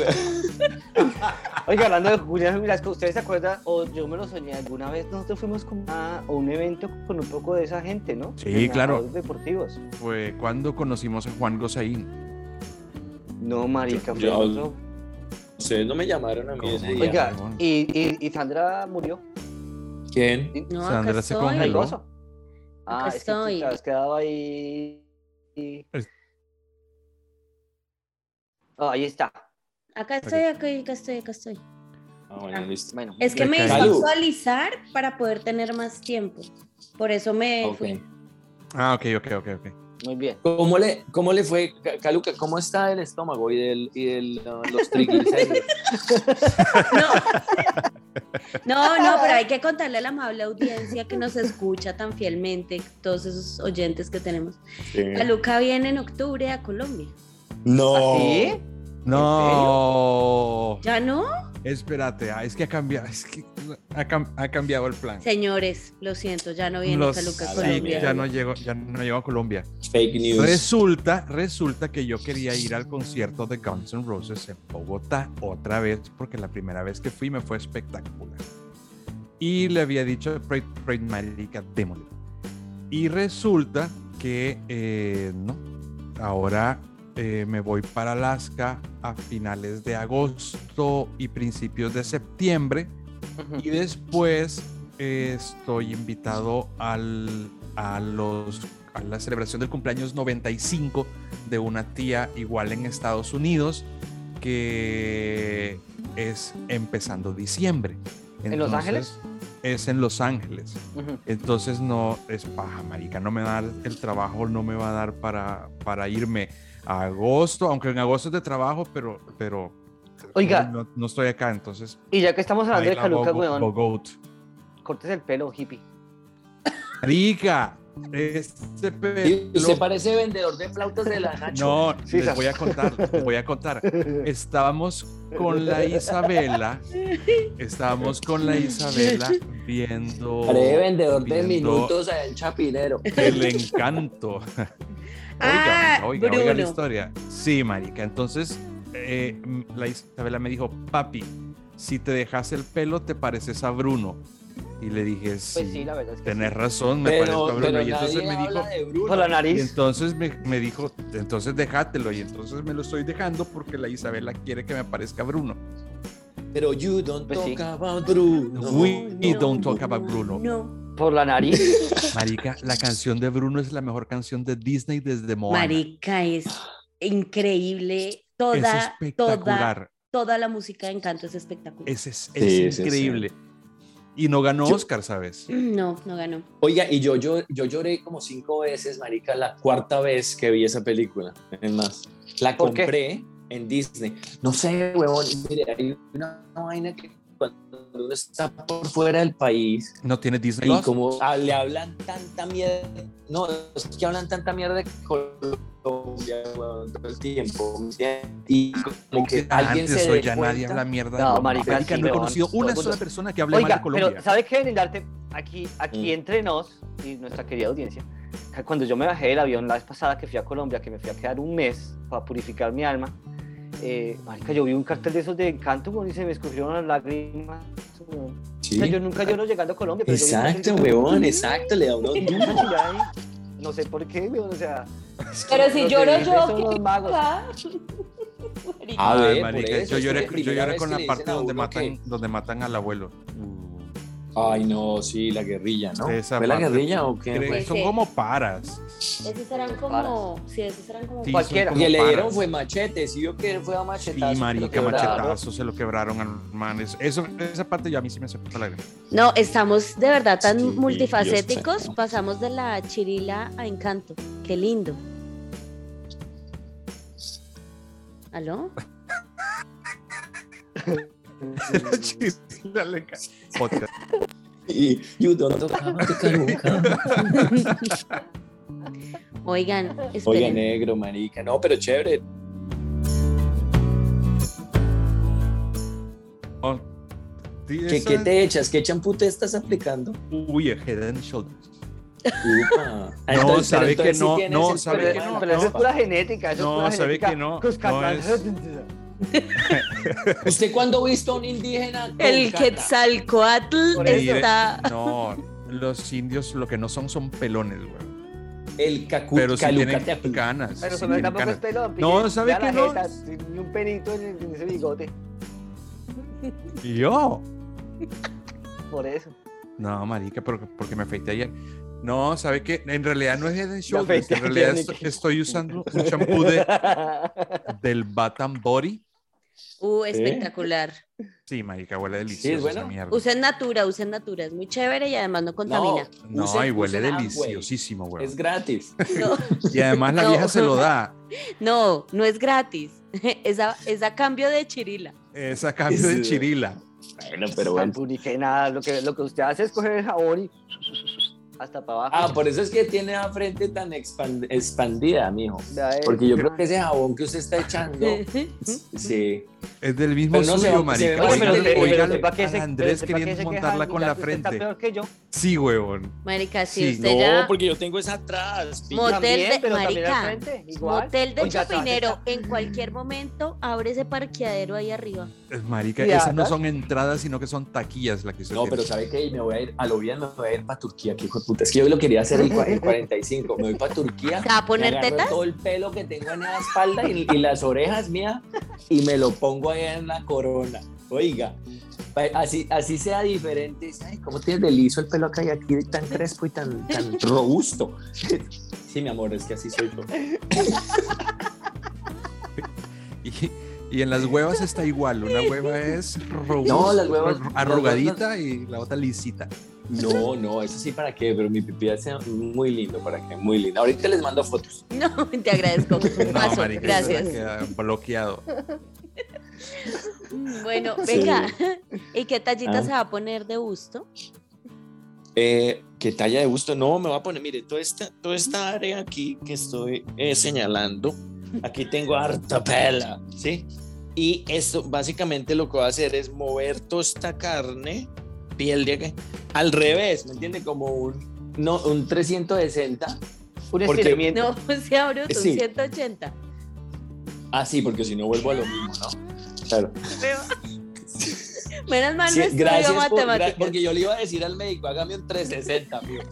S2: Oiga, hablando de Julián Velasco, ¿ustedes se acuerdan? O yo me lo soñé alguna vez. Nosotros fuimos como a, a un evento con un poco de esa gente, ¿no?
S3: Sí,
S2: De
S3: claro.
S2: narradores deportivos.
S3: Fue cuando conocimos a Juan Gosaín.
S2: No, marica.
S5: Yo-
S2: fue
S5: yo-
S2: otro.
S5: Ustedes no me llamaron a mí. ese día.
S2: Oiga,
S3: Bueno.
S2: y, y, y Sandra murió.
S5: ¿Quién?
S4: No,
S3: Sandra
S4: acá
S3: se
S4: estoy.
S3: congeló.
S2: Gozo. Ah,
S4: Acá
S2: es que
S4: estoy.
S2: te has quedado ahí. y-
S3: Es-
S2: Ah, ahí está.
S4: Acá estoy, acá, acá estoy, acá estoy.
S5: Ah, bueno, listo.
S2: Bueno.
S4: Es que me hizo
S5: Calu.
S4: actualizar para poder tener más tiempo. Por eso me fui.
S5: Ok.
S3: Ah, ok, ok, ok, ok.
S2: Muy bien.
S5: ¿Cómo le, ¿Cómo le fue, Ca- Caluca? ¿Cómo está el estómago y, del, y del, uh, los triglicéridos?
S4: No, no, pero hay que contarle a la amable audiencia que nos escucha tan fielmente, todos esos oyentes que tenemos. Caluca viene en octubre a Colombia. ¿Ah,
S5: No.
S2: ¿Así?
S3: No.
S4: ¿Ya no?
S3: Espérate, ah, es que ha cambiado, es que ha, cam- ha cambiado el plan.
S4: Señores, lo siento, ya no viene
S3: Los-
S4: Caluca a
S3: sí,
S4: Colombia.
S3: ya no llego, ya no llego a Colombia.
S5: Fake news.
S3: Pues, Resulta, resulta que yo quería ir al concierto de Guns N' Roses en Bogotá otra vez porque la primera vez que fui me fue espectacular. Y le había dicho a Fred, Fred Marica, démosle. Y resulta que eh, no, ahora eh, me voy para Alaska a finales de agosto y principios de septiembre y después eh, estoy invitado al, a, los, a la celebración del cumpleaños 95 de una tía igual en Estados Unidos que es empezando diciembre.
S2: ¿En Los Ángeles?
S3: Es en Los Ángeles.
S2: Ujú.
S3: Entonces no es paja, marica, no me va a dar el trabajo, no me va a dar para, para irme a agosto, aunque en agosto es de trabajo, pero, pero
S2: Oiga.
S3: no, no estoy acá, entonces
S2: Y ya que estamos hablando de
S3: baila
S2: Caluca,
S3: Bogo-
S2: weón,
S3: Bogot.
S2: cortes el pelo, hippie.
S3: Rica. Este
S5: Y
S3: pelo.
S5: usted parece vendedor de flautas de la Nacho.
S3: No,
S2: Sí,
S3: les
S2: sas.
S3: voy a contar, les voy a contar. Estábamos con la Isabela, estábamos con la Isabela viendo
S5: Parece vendedor de
S3: viendo
S5: minutos allá en Chapinero.
S3: el encanto.
S4: Ah,
S3: Oiga, oiga, oiga la
S4: Bruno.
S3: historia. Sí, marica. Entonces, eh, m- la Isabela me dijo, papi, si te dejas el pelo, te pareces a Bruno. Y le dije, sí,
S2: Pues sí, la verdad es que
S3: tenés
S2: sí.
S3: razón, me
S5: Pero,
S3: parezco a Bruno.
S5: pero
S3: Y entonces
S5: nadie
S3: me dijo,
S5: habla de Bruno.
S2: Por la
S3: y
S2: nariz.
S3: entonces me, me dijo, entonces déjatelo. Y entonces me lo estoy dejando porque la Isabela quiere que me parezca Bruno.
S5: Pero you don't
S2: Pues sí.
S5: talk about Bruno.
S3: We
S5: no.
S3: don't talk about Bruno.
S4: No,
S2: Por la nariz.
S3: Marica, la canción de Bruno es la mejor canción de Disney desde Moana.
S4: marica, es increíble.
S3: es
S4: Toda,
S3: espectacular.
S4: toda, toda la música de Encanto es espectacular.
S3: Ese es,
S5: Sí,
S3: es
S5: sí,
S3: increíble. Y no ganó
S5: Yo-
S3: Oscar, ¿sabes?
S4: No, no ganó.
S5: Oiga, y yo, yo, yo lloré como cinco veces, marica, la cuarta vez que vi esa película. Es más, la
S2: ¿Por qué?
S5: compré en Disney. No sé, huevón, mire, hay una vaina que cuando uno está por fuera del país
S3: No tiene Disney.
S5: y
S3: Plus.
S5: como ah, le hablan tanta mierda, no, es que hablan tanta mierda de Colombia huevón, todo el tiempo. ¿me entiendes? Y como que alguien
S3: Antes
S5: se
S3: hoy
S5: dé
S3: ya
S5: cuenta.
S3: nadie habla mierda. de
S2: No,
S3: Colombia.
S2: marica,
S3: Marica,
S2: sí,
S3: no he
S2: weón,
S3: conocido
S2: todo el
S3: una
S2: mundo.
S3: sola persona que hable mal de
S2: Oiga,
S3: Colombia.
S2: pero ¿sabes qué, Lindarte? Aquí, aquí
S5: Mm.
S2: entre nos y nuestra querida audiencia, ca- cuando yo me bajé del avión la vez pasada que fui a Colombia, que me fui a quedar un mes para purificar mi alma, eh, marica, yo vi un cartel de esos de encanto weón, y se me escurrieron las lágrimas. weón. O
S5: Sí.
S2: sea, yo nunca lloro llegando a Colombia. Pero yo vi un cartel
S5: Exacto,
S2: de-
S5: huevón, exacto, le habló duro.
S2: Esa chillada ahí, No sé por qué, weón, o sea.
S8: Pero si
S2: los
S8: lloro
S2: de Disney
S8: yo,
S2: son
S8: ¿qué
S2: los magos.
S8: pasa?
S5: A
S3: Ay,
S5: ver, por
S3: Ah, marica,
S5: eso,
S3: yo
S5: es
S3: lloré,
S5: la
S3: yo
S5: primera
S3: lloré
S5: vez
S3: con
S5: que
S3: la
S5: le
S3: parte
S5: dicen a
S3: donde
S5: uno que-
S3: matan, donde matan al abuelo.
S5: Ay, no, sí, la guerrilla, ¿no?
S3: Esa
S5: ¿Fue la
S3: parte.
S5: guerrilla o qué?
S3: Creo-
S5: fue?
S4: Pues
S3: Son
S4: sí.
S3: como paras.
S4: Esos eran como. Sí, esos eran como.
S3: Sí, son
S2: Cualquiera.
S3: como
S5: Porque le
S3: paras.
S5: dieron fue machete, sí, yo que fue a
S3: Sí,
S5: machetazo.
S3: marica,
S5: pero que bravo.
S3: machetazo, se lo quebraron al man. Es- Eso, esa parte ya a mí sí me hace la lágrima.
S4: No, estamos de verdad tan
S5: Sí, Dios
S4: multifacéticos.
S5: santo.
S4: Pasamos de la chirila a encanto. Qué lindo. ¿Aló?
S3: Dale, ca- podcast.
S5: Y you don't talk about it, nunca.
S4: Oigan,
S5: Oiga,
S3: eh.
S4: esperen.
S5: negro, marica. No, pero chévere.
S3: Oh, sí,
S5: ¿Qué,
S3: esa-
S5: qué te echas? ¿Qué champú te estás aplicando?
S3: Uy, Head and Shoulders.
S5: Upa. Ah,
S3: No,
S5: entonces-
S3: sabe
S5: pero entonces
S3: que
S5: sí
S3: no,
S5: tienes
S3: no,
S5: el
S3: sabe que
S2: pero
S5: problema
S3: no,
S5: de
S2: pero
S5: la
S2: eso es
S5: papa.
S2: pura genética. Eso
S3: No,
S2: es pura
S3: sabe
S2: genética.
S3: que no,
S2: Cuscatlán.
S3: no es-
S5: ¿Usted cuándo ha visto a un indígena? con
S4: El
S5: cana?
S4: Quetzalcoatl
S3: Por ahí,
S4: está.
S3: No, los indios lo que no son son pelones, güey.
S5: El cacu,
S3: Pero si
S5: caluca te
S3: tienen
S5: aplica.
S3: canas.
S2: Pero
S3: sí
S2: sobre
S3: tienen
S2: tampoco
S3: canas.
S2: es pelón.
S3: No,
S2: pille,
S3: ¿sabe
S2: vea
S3: que
S2: la
S3: no?
S2: jeta, Ni un pelito en, en ese bigote.
S3: Y Yo.
S2: Por eso.
S3: No, marica, pero porque me afeité ayer. No, ¿sabe qué? En realidad no es Head and Shoulders.
S2: afeité
S3: En realidad
S2: ayer,
S3: estoy,
S2: Nicky.
S3: estoy usando un champú de, del Bath and Body.
S4: Uh,
S3: ¿Eh?
S4: espectacular.
S3: Sí, marica, huele
S5: Sí, es
S3: delicioso
S5: bueno.
S3: esa mierda.
S4: Usen Natura, usen Natura. Es muy chévere y además no
S5: No,
S4: contamina.
S3: No,
S5: usen-
S3: y huele
S5: usen Amway.
S3: deliciosísimo, güey.
S5: Es gratis.
S4: No,
S3: Y además la
S4: No.
S3: vieja se lo da.
S4: no, no es gratis. Es a, es a cambio de chirila.
S3: Es a cambio de
S5: Sí.
S3: chirila.
S5: Bueno,
S2: Pero bueno. Ni que nada. Lo que, lo que usted hace es coger el jabón y hasta para abajo.
S5: Ah, por eso es que tiene la frente tan expand- expandida, mijo.
S2: Vea eso.
S5: Porque yo creo que ese jabón que usted está echando, sí.
S3: Es del mismo
S5: Pero no se
S3: suyo,
S5: va- se
S3: marica.
S5: va-
S2: Oye, pero
S3: Oigan-
S2: sepa- pero
S3: oigan
S2: sepa que se-
S3: a Andrés
S2: pero sepa que
S3: queriendo
S2: se
S3: montarla
S2: queja,
S3: con la
S2: mira, usted Está
S3: frente.
S2: peor que yo.
S3: Sí, huevón.
S4: Marica,
S3: Sí,
S4: si usted ya.
S5: porque yo tengo esa atrás. pi-
S4: Motel
S2: También,
S4: de-
S2: pero también al
S4: marica,
S2: frente, igual.
S4: Motel del
S2: Oiga,
S4: Chapinero.
S2: esa-
S4: En cualquier momento abre ese parqueadero ahí arriba.
S3: Es Marica,
S2: Ya,
S3: esas no
S2: ¿no?
S3: son entradas, sino que son taquillas las que se
S5: No, pero ¿sabe qué? Me voy a ir, a lo bien me voy a ir para Turquía, que hijo de puta. Es que yo lo quería hacer el, cua- el 45. Me voy para Turquía.
S4: ¿Se va a poner
S5: me agarro
S4: tetas?
S5: todo el pelo que tengo en la espalda y, y las orejas mías y me lo pongo ahí en la corona. Oiga, pa- así, así sea diferente. dice, Ay, ¿Cómo tienes de liso el pelo acá y aquí tan crespo y tan, tan robusto? Sí, mi amor, es que así soy yo.
S3: Y, y en las huevas está igual. Una hueva es robusta,
S5: No, las huevas-
S3: arrugadita y la otra lisita.
S5: No, no, eso sí, ¿para qué? Pero mi pipí hace muy lindo, ¿para qué? Muy lindo. Ahorita les mando fotos.
S4: No, te agradezco. Un
S3: No,
S4: paso,
S3: marica, eso
S4: gracias.
S3: queda ah, bloqueado.
S4: Mm, Bueno,
S5: Sí.
S4: venga. ¿Y qué tallita
S5: Ah.
S4: se va a poner de gusto?
S5: Eh, ¿Qué talla de gusto? No, me va a poner, mire, toda esta, toda esta área aquí que estoy eh, señalando, aquí tengo harta pela, ¿sí? Y esto, básicamente lo que va a hacer es mover toda esta carne, piel de acá, al revés, ¿me entiende? Como un, no, un 360
S2: Un
S5: Porque-
S2: estiramiento.
S4: No, sea bruto,
S5: Eh, Sí.
S4: 180.
S5: Ah, sí, porque si no vuelvo a lo mismo, ¿no? Claro.
S4: Menos mal
S5: Sí,
S4: Ah, no estudió
S5: gracias por- gra-
S4: matemáticas.
S5: porque yo le iba a decir al médico, hágame un 360, amigo.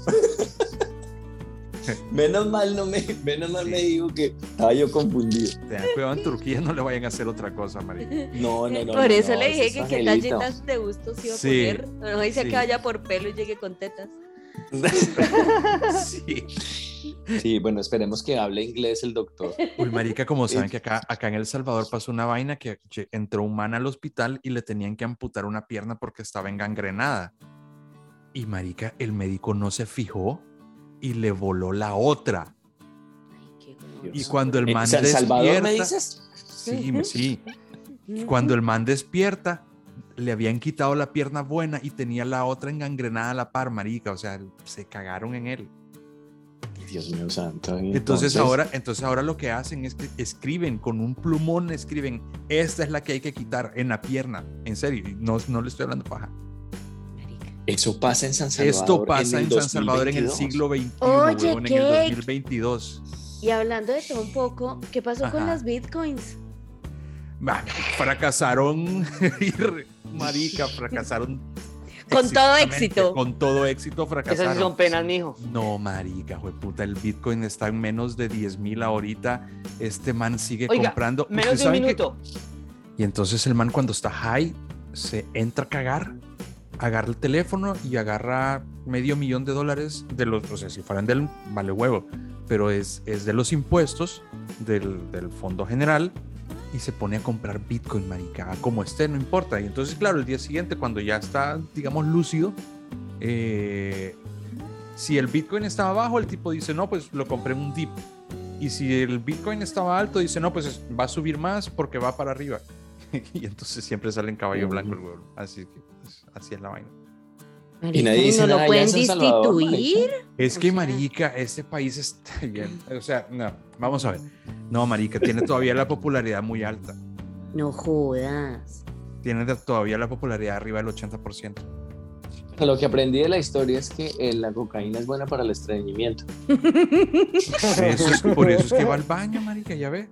S5: menos mal no me, menos mal me dijo que estaba yo confundido.
S3: Ten cuidado en Turquía, no le vayan a hacer otra cosa, marica.
S5: No, no, no.
S4: por
S5: no,
S4: eso
S5: no,
S4: le
S5: ese
S4: dije
S5: es
S4: que qué
S5: Angelito.
S4: tallitas de gusto se iba a
S3: Sí,
S4: poner. No dice
S3: sí.
S4: que vaya por pelo y llegue con tetas.
S3: Sí.
S5: Sí, bueno, esperemos que hable inglés el doctor.
S3: Uy, marica, como saben que acá, acá en El Salvador pasó una vaina que che- entró un man al hospital y le tenían que amputar una pierna porque estaba engangrenada. Y marica, el médico no se fijó y le voló la otra. Y cuando el
S5: Eh,
S3: man
S5: San Salvador, ¿me
S3: despierta-
S5: dices?
S3: Sí, me- sí. Y Cuando el man despierta, le habían quitado la pierna buena y tenía la otra engangrenada a la par, marica. O sea, se cagaron en él.
S5: Dios mío santo. ¿y
S3: Entonces, ahora, entonces ahora lo que hacen es que escriben con un plumón, escriben, esta es la que hay que quitar en la pierna. En serio, y no, no le estoy hablando paja.
S5: Eso pasa en San Salvador.
S3: Esto pasa
S5: el
S3: en, San Salvador en el
S5: 2022.
S3: siglo XXI,
S4: Oye,
S3: huevón, en
S4: ¿qué?
S3: el 2022.
S4: Y hablando de todo un poco, ¿qué pasó
S3: Ajá.
S4: con las bitcoins?
S3: Bah, Fracasaron, y re- marica, fracasaron.
S4: Con todo
S3: exitosamente,
S4: éxito.
S3: Con todo éxito
S2: Esas sí
S3: fracasaron.
S2: son penas, mijo.
S3: No, marica, puta, el Bitcoin está en menos de 10 mil ahorita. Este man sigue
S2: Oiga,
S3: comprando.
S2: Menos
S3: ¿Ustedes
S2: de un
S3: saben que-
S2: minuto.
S3: Y entonces el man cuando está high se entra a cagar, agarra el teléfono y agarra medio millón de dólares de los, o sea, si fueran del vale huevo, pero es, es de los impuestos del, del fondo general y se pone a comprar Bitcoin, marica, como esté, no importa. Y entonces, claro, el día siguiente cuando ya está, digamos, lúcido, eh, si el Bitcoin estaba bajo, el tipo dice, no, pues lo compré en un dip. Y si el Bitcoin estaba alto, dice, no, pues es- va a subir más porque va para arriba. y entonces siempre sale en caballo blanco el huevo. Así que pues, así es la vaina.
S5: Y nadie dice
S4: no
S5: nada
S4: lo
S5: allá
S4: pueden
S5: en San Salvador,
S4: destituir.
S3: Es
S4: O
S3: que,
S4: sea-
S3: marica, este país está bien. O sea, no, vamos a ver. No, marica, tiene todavía la popularidad muy alta.
S4: No jodas.
S3: Tiene de- todavía la popularidad arriba del 80%.
S5: Lo que aprendí de la historia es que eh, la cocaína es buena para el estreñimiento.
S3: Por eso es, por eso es que va al baño, marica, ya ve.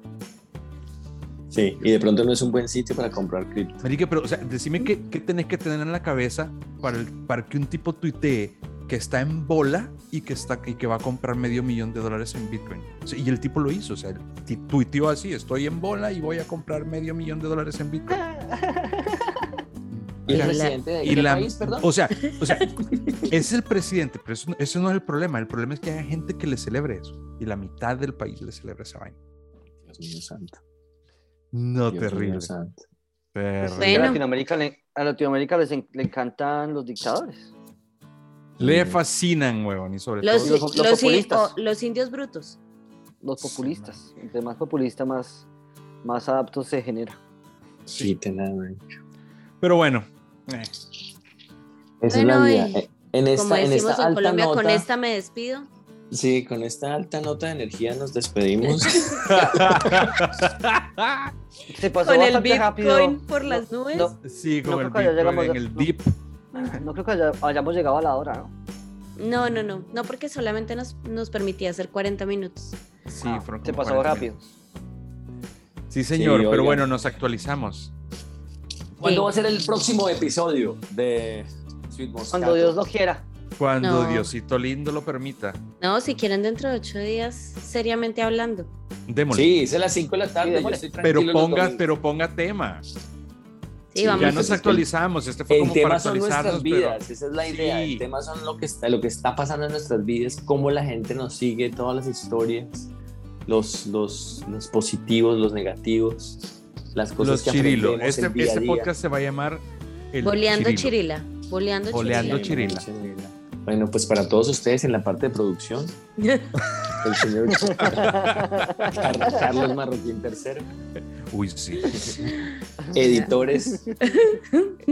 S5: Sí, y de pronto no es un buen sitio para comprar cripto.
S3: Marica, pero, o sea, decime qué, qué tenés que tener en la cabeza para, el- para que un tipo tuitee que está en bola y que, está, y que va a comprar medio millón de dólares en Bitcoin. O sea, y el tipo lo hizo, o sea, el ti- tuiteó así, estoy en bola y voy a comprar medio millón de dólares en Bitcoin.
S5: Y el
S4: la-
S5: presidente
S2: eh,
S5: de
S3: Y
S5: ¿qué
S3: la-
S5: país, perdón.
S3: o sea, o sea, ese es el presidente, pero eso, no- eso no es el problema. El problema es que hay gente que le celebre eso y la mitad del país le celebra esa vaina.
S5: Dios mío santo.
S3: No,
S5: Dios mío
S3: terrible.
S5: santo.
S3: terrible.
S2: Y a
S4: Bueno.
S2: Latinoamérica le- a Latinoamérica les en- le encantan los dictadores.
S3: Le fascinan, huevón, y sobre
S4: Los,
S3: todo.
S2: los-
S4: los,
S2: los populistas.
S4: o- los indios brutos.
S2: Los populistas. Entre más populista, más, más adapto se genera.
S5: Sí, te la doy.
S3: Pero bueno, eh,
S5: Esa
S4: Bueno,
S5: es la
S4: y
S5: vida. Eh, En
S4: Como
S5: esta, en
S4: decimos
S5: esta
S4: en
S5: alta
S4: Colombia,
S5: nota,
S4: con esta me despido.
S5: sí, con esta alta nota de energía nos despedimos.
S2: Se pasó
S4: Con el
S2: bastante
S4: Bitcoin
S2: rápido.
S4: por las
S2: No,
S4: nubes.
S2: no,
S3: sí,
S2: No
S3: como el
S2: creo que ya
S3: Bitcoin
S2: llegamos
S3: en
S2: a-
S3: el
S2: no.
S3: dip.
S2: no creo que haya- hayamos llegado a la hora, ¿no?
S4: No, no, no. No, porque solamente nos, nos permitía hacer 40 minutos.
S3: Sí,
S2: Ah,
S3: fueron
S2: se
S3: como
S2: pasó
S3: 40
S2: rápido.
S3: minutos. Sí, señor,
S5: Sí,
S3: pero
S5: oigan.
S3: bueno, nos actualizamos.
S5: ¿Cuándo
S4: Sí.
S5: va a ser el próximo episodio de Sweet Moscato?
S2: Cuando Dios lo quiera.
S3: Cuando
S4: No.
S3: Diosito lindo lo permita.
S4: No, si quieren dentro de 8 días, seriamente hablando.
S3: Démosle.
S5: Sí, es a las 5 de la tarde.
S2: Sí,
S5: yo
S2: démosle.
S5: estoy tranquilo
S3: pero
S5: los
S3: ponga,
S5: domingos.
S3: pero ponga tema.
S4: Sí,
S5: Sí,
S4: vamos.
S3: ya
S5: pues
S3: nos
S5: es que
S3: actualizamos. Este fue
S5: El
S3: como para
S5: tema son
S3: actualizarnos,
S5: nuestras
S3: pero
S5: vidas, esa es la idea.
S3: Sí.
S5: El tema son lo que, está, lo que está pasando en nuestras vidas, cómo la gente nos sigue, todas las historias, los, los, los positivos, los negativos, las cosas
S3: los
S5: que
S3: chirilo.
S5: aprendemos
S3: Este,
S5: el día a
S3: este
S5: día.
S3: podcast se va a llamar el
S4: Boleando
S3: Chirilo.
S4: chirila. Boleando,
S3: Boleando
S4: chirila.
S3: chirila.
S5: Chirila. Bueno, pues para todos ustedes en la parte de producción, el señor Car- Carlos Marroquín III,
S3: Uy, sí.
S5: editores,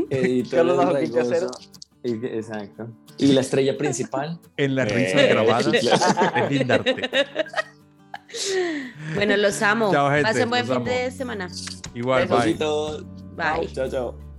S5: editores
S2: Carlos Marroquín III.
S5: Raigoso. Y- Exacto. Y la estrella principal,
S3: En las
S5: Eh,
S3: risas grabadas
S5: claro.
S3: es lindarte.
S4: bueno, los amo.
S3: Chao, gente,
S4: Pasen buen
S3: los
S4: fin
S3: amo.
S4: de semana.
S3: Igual, bye.
S5: Besitos.
S4: Bye.
S5: Chao, chao.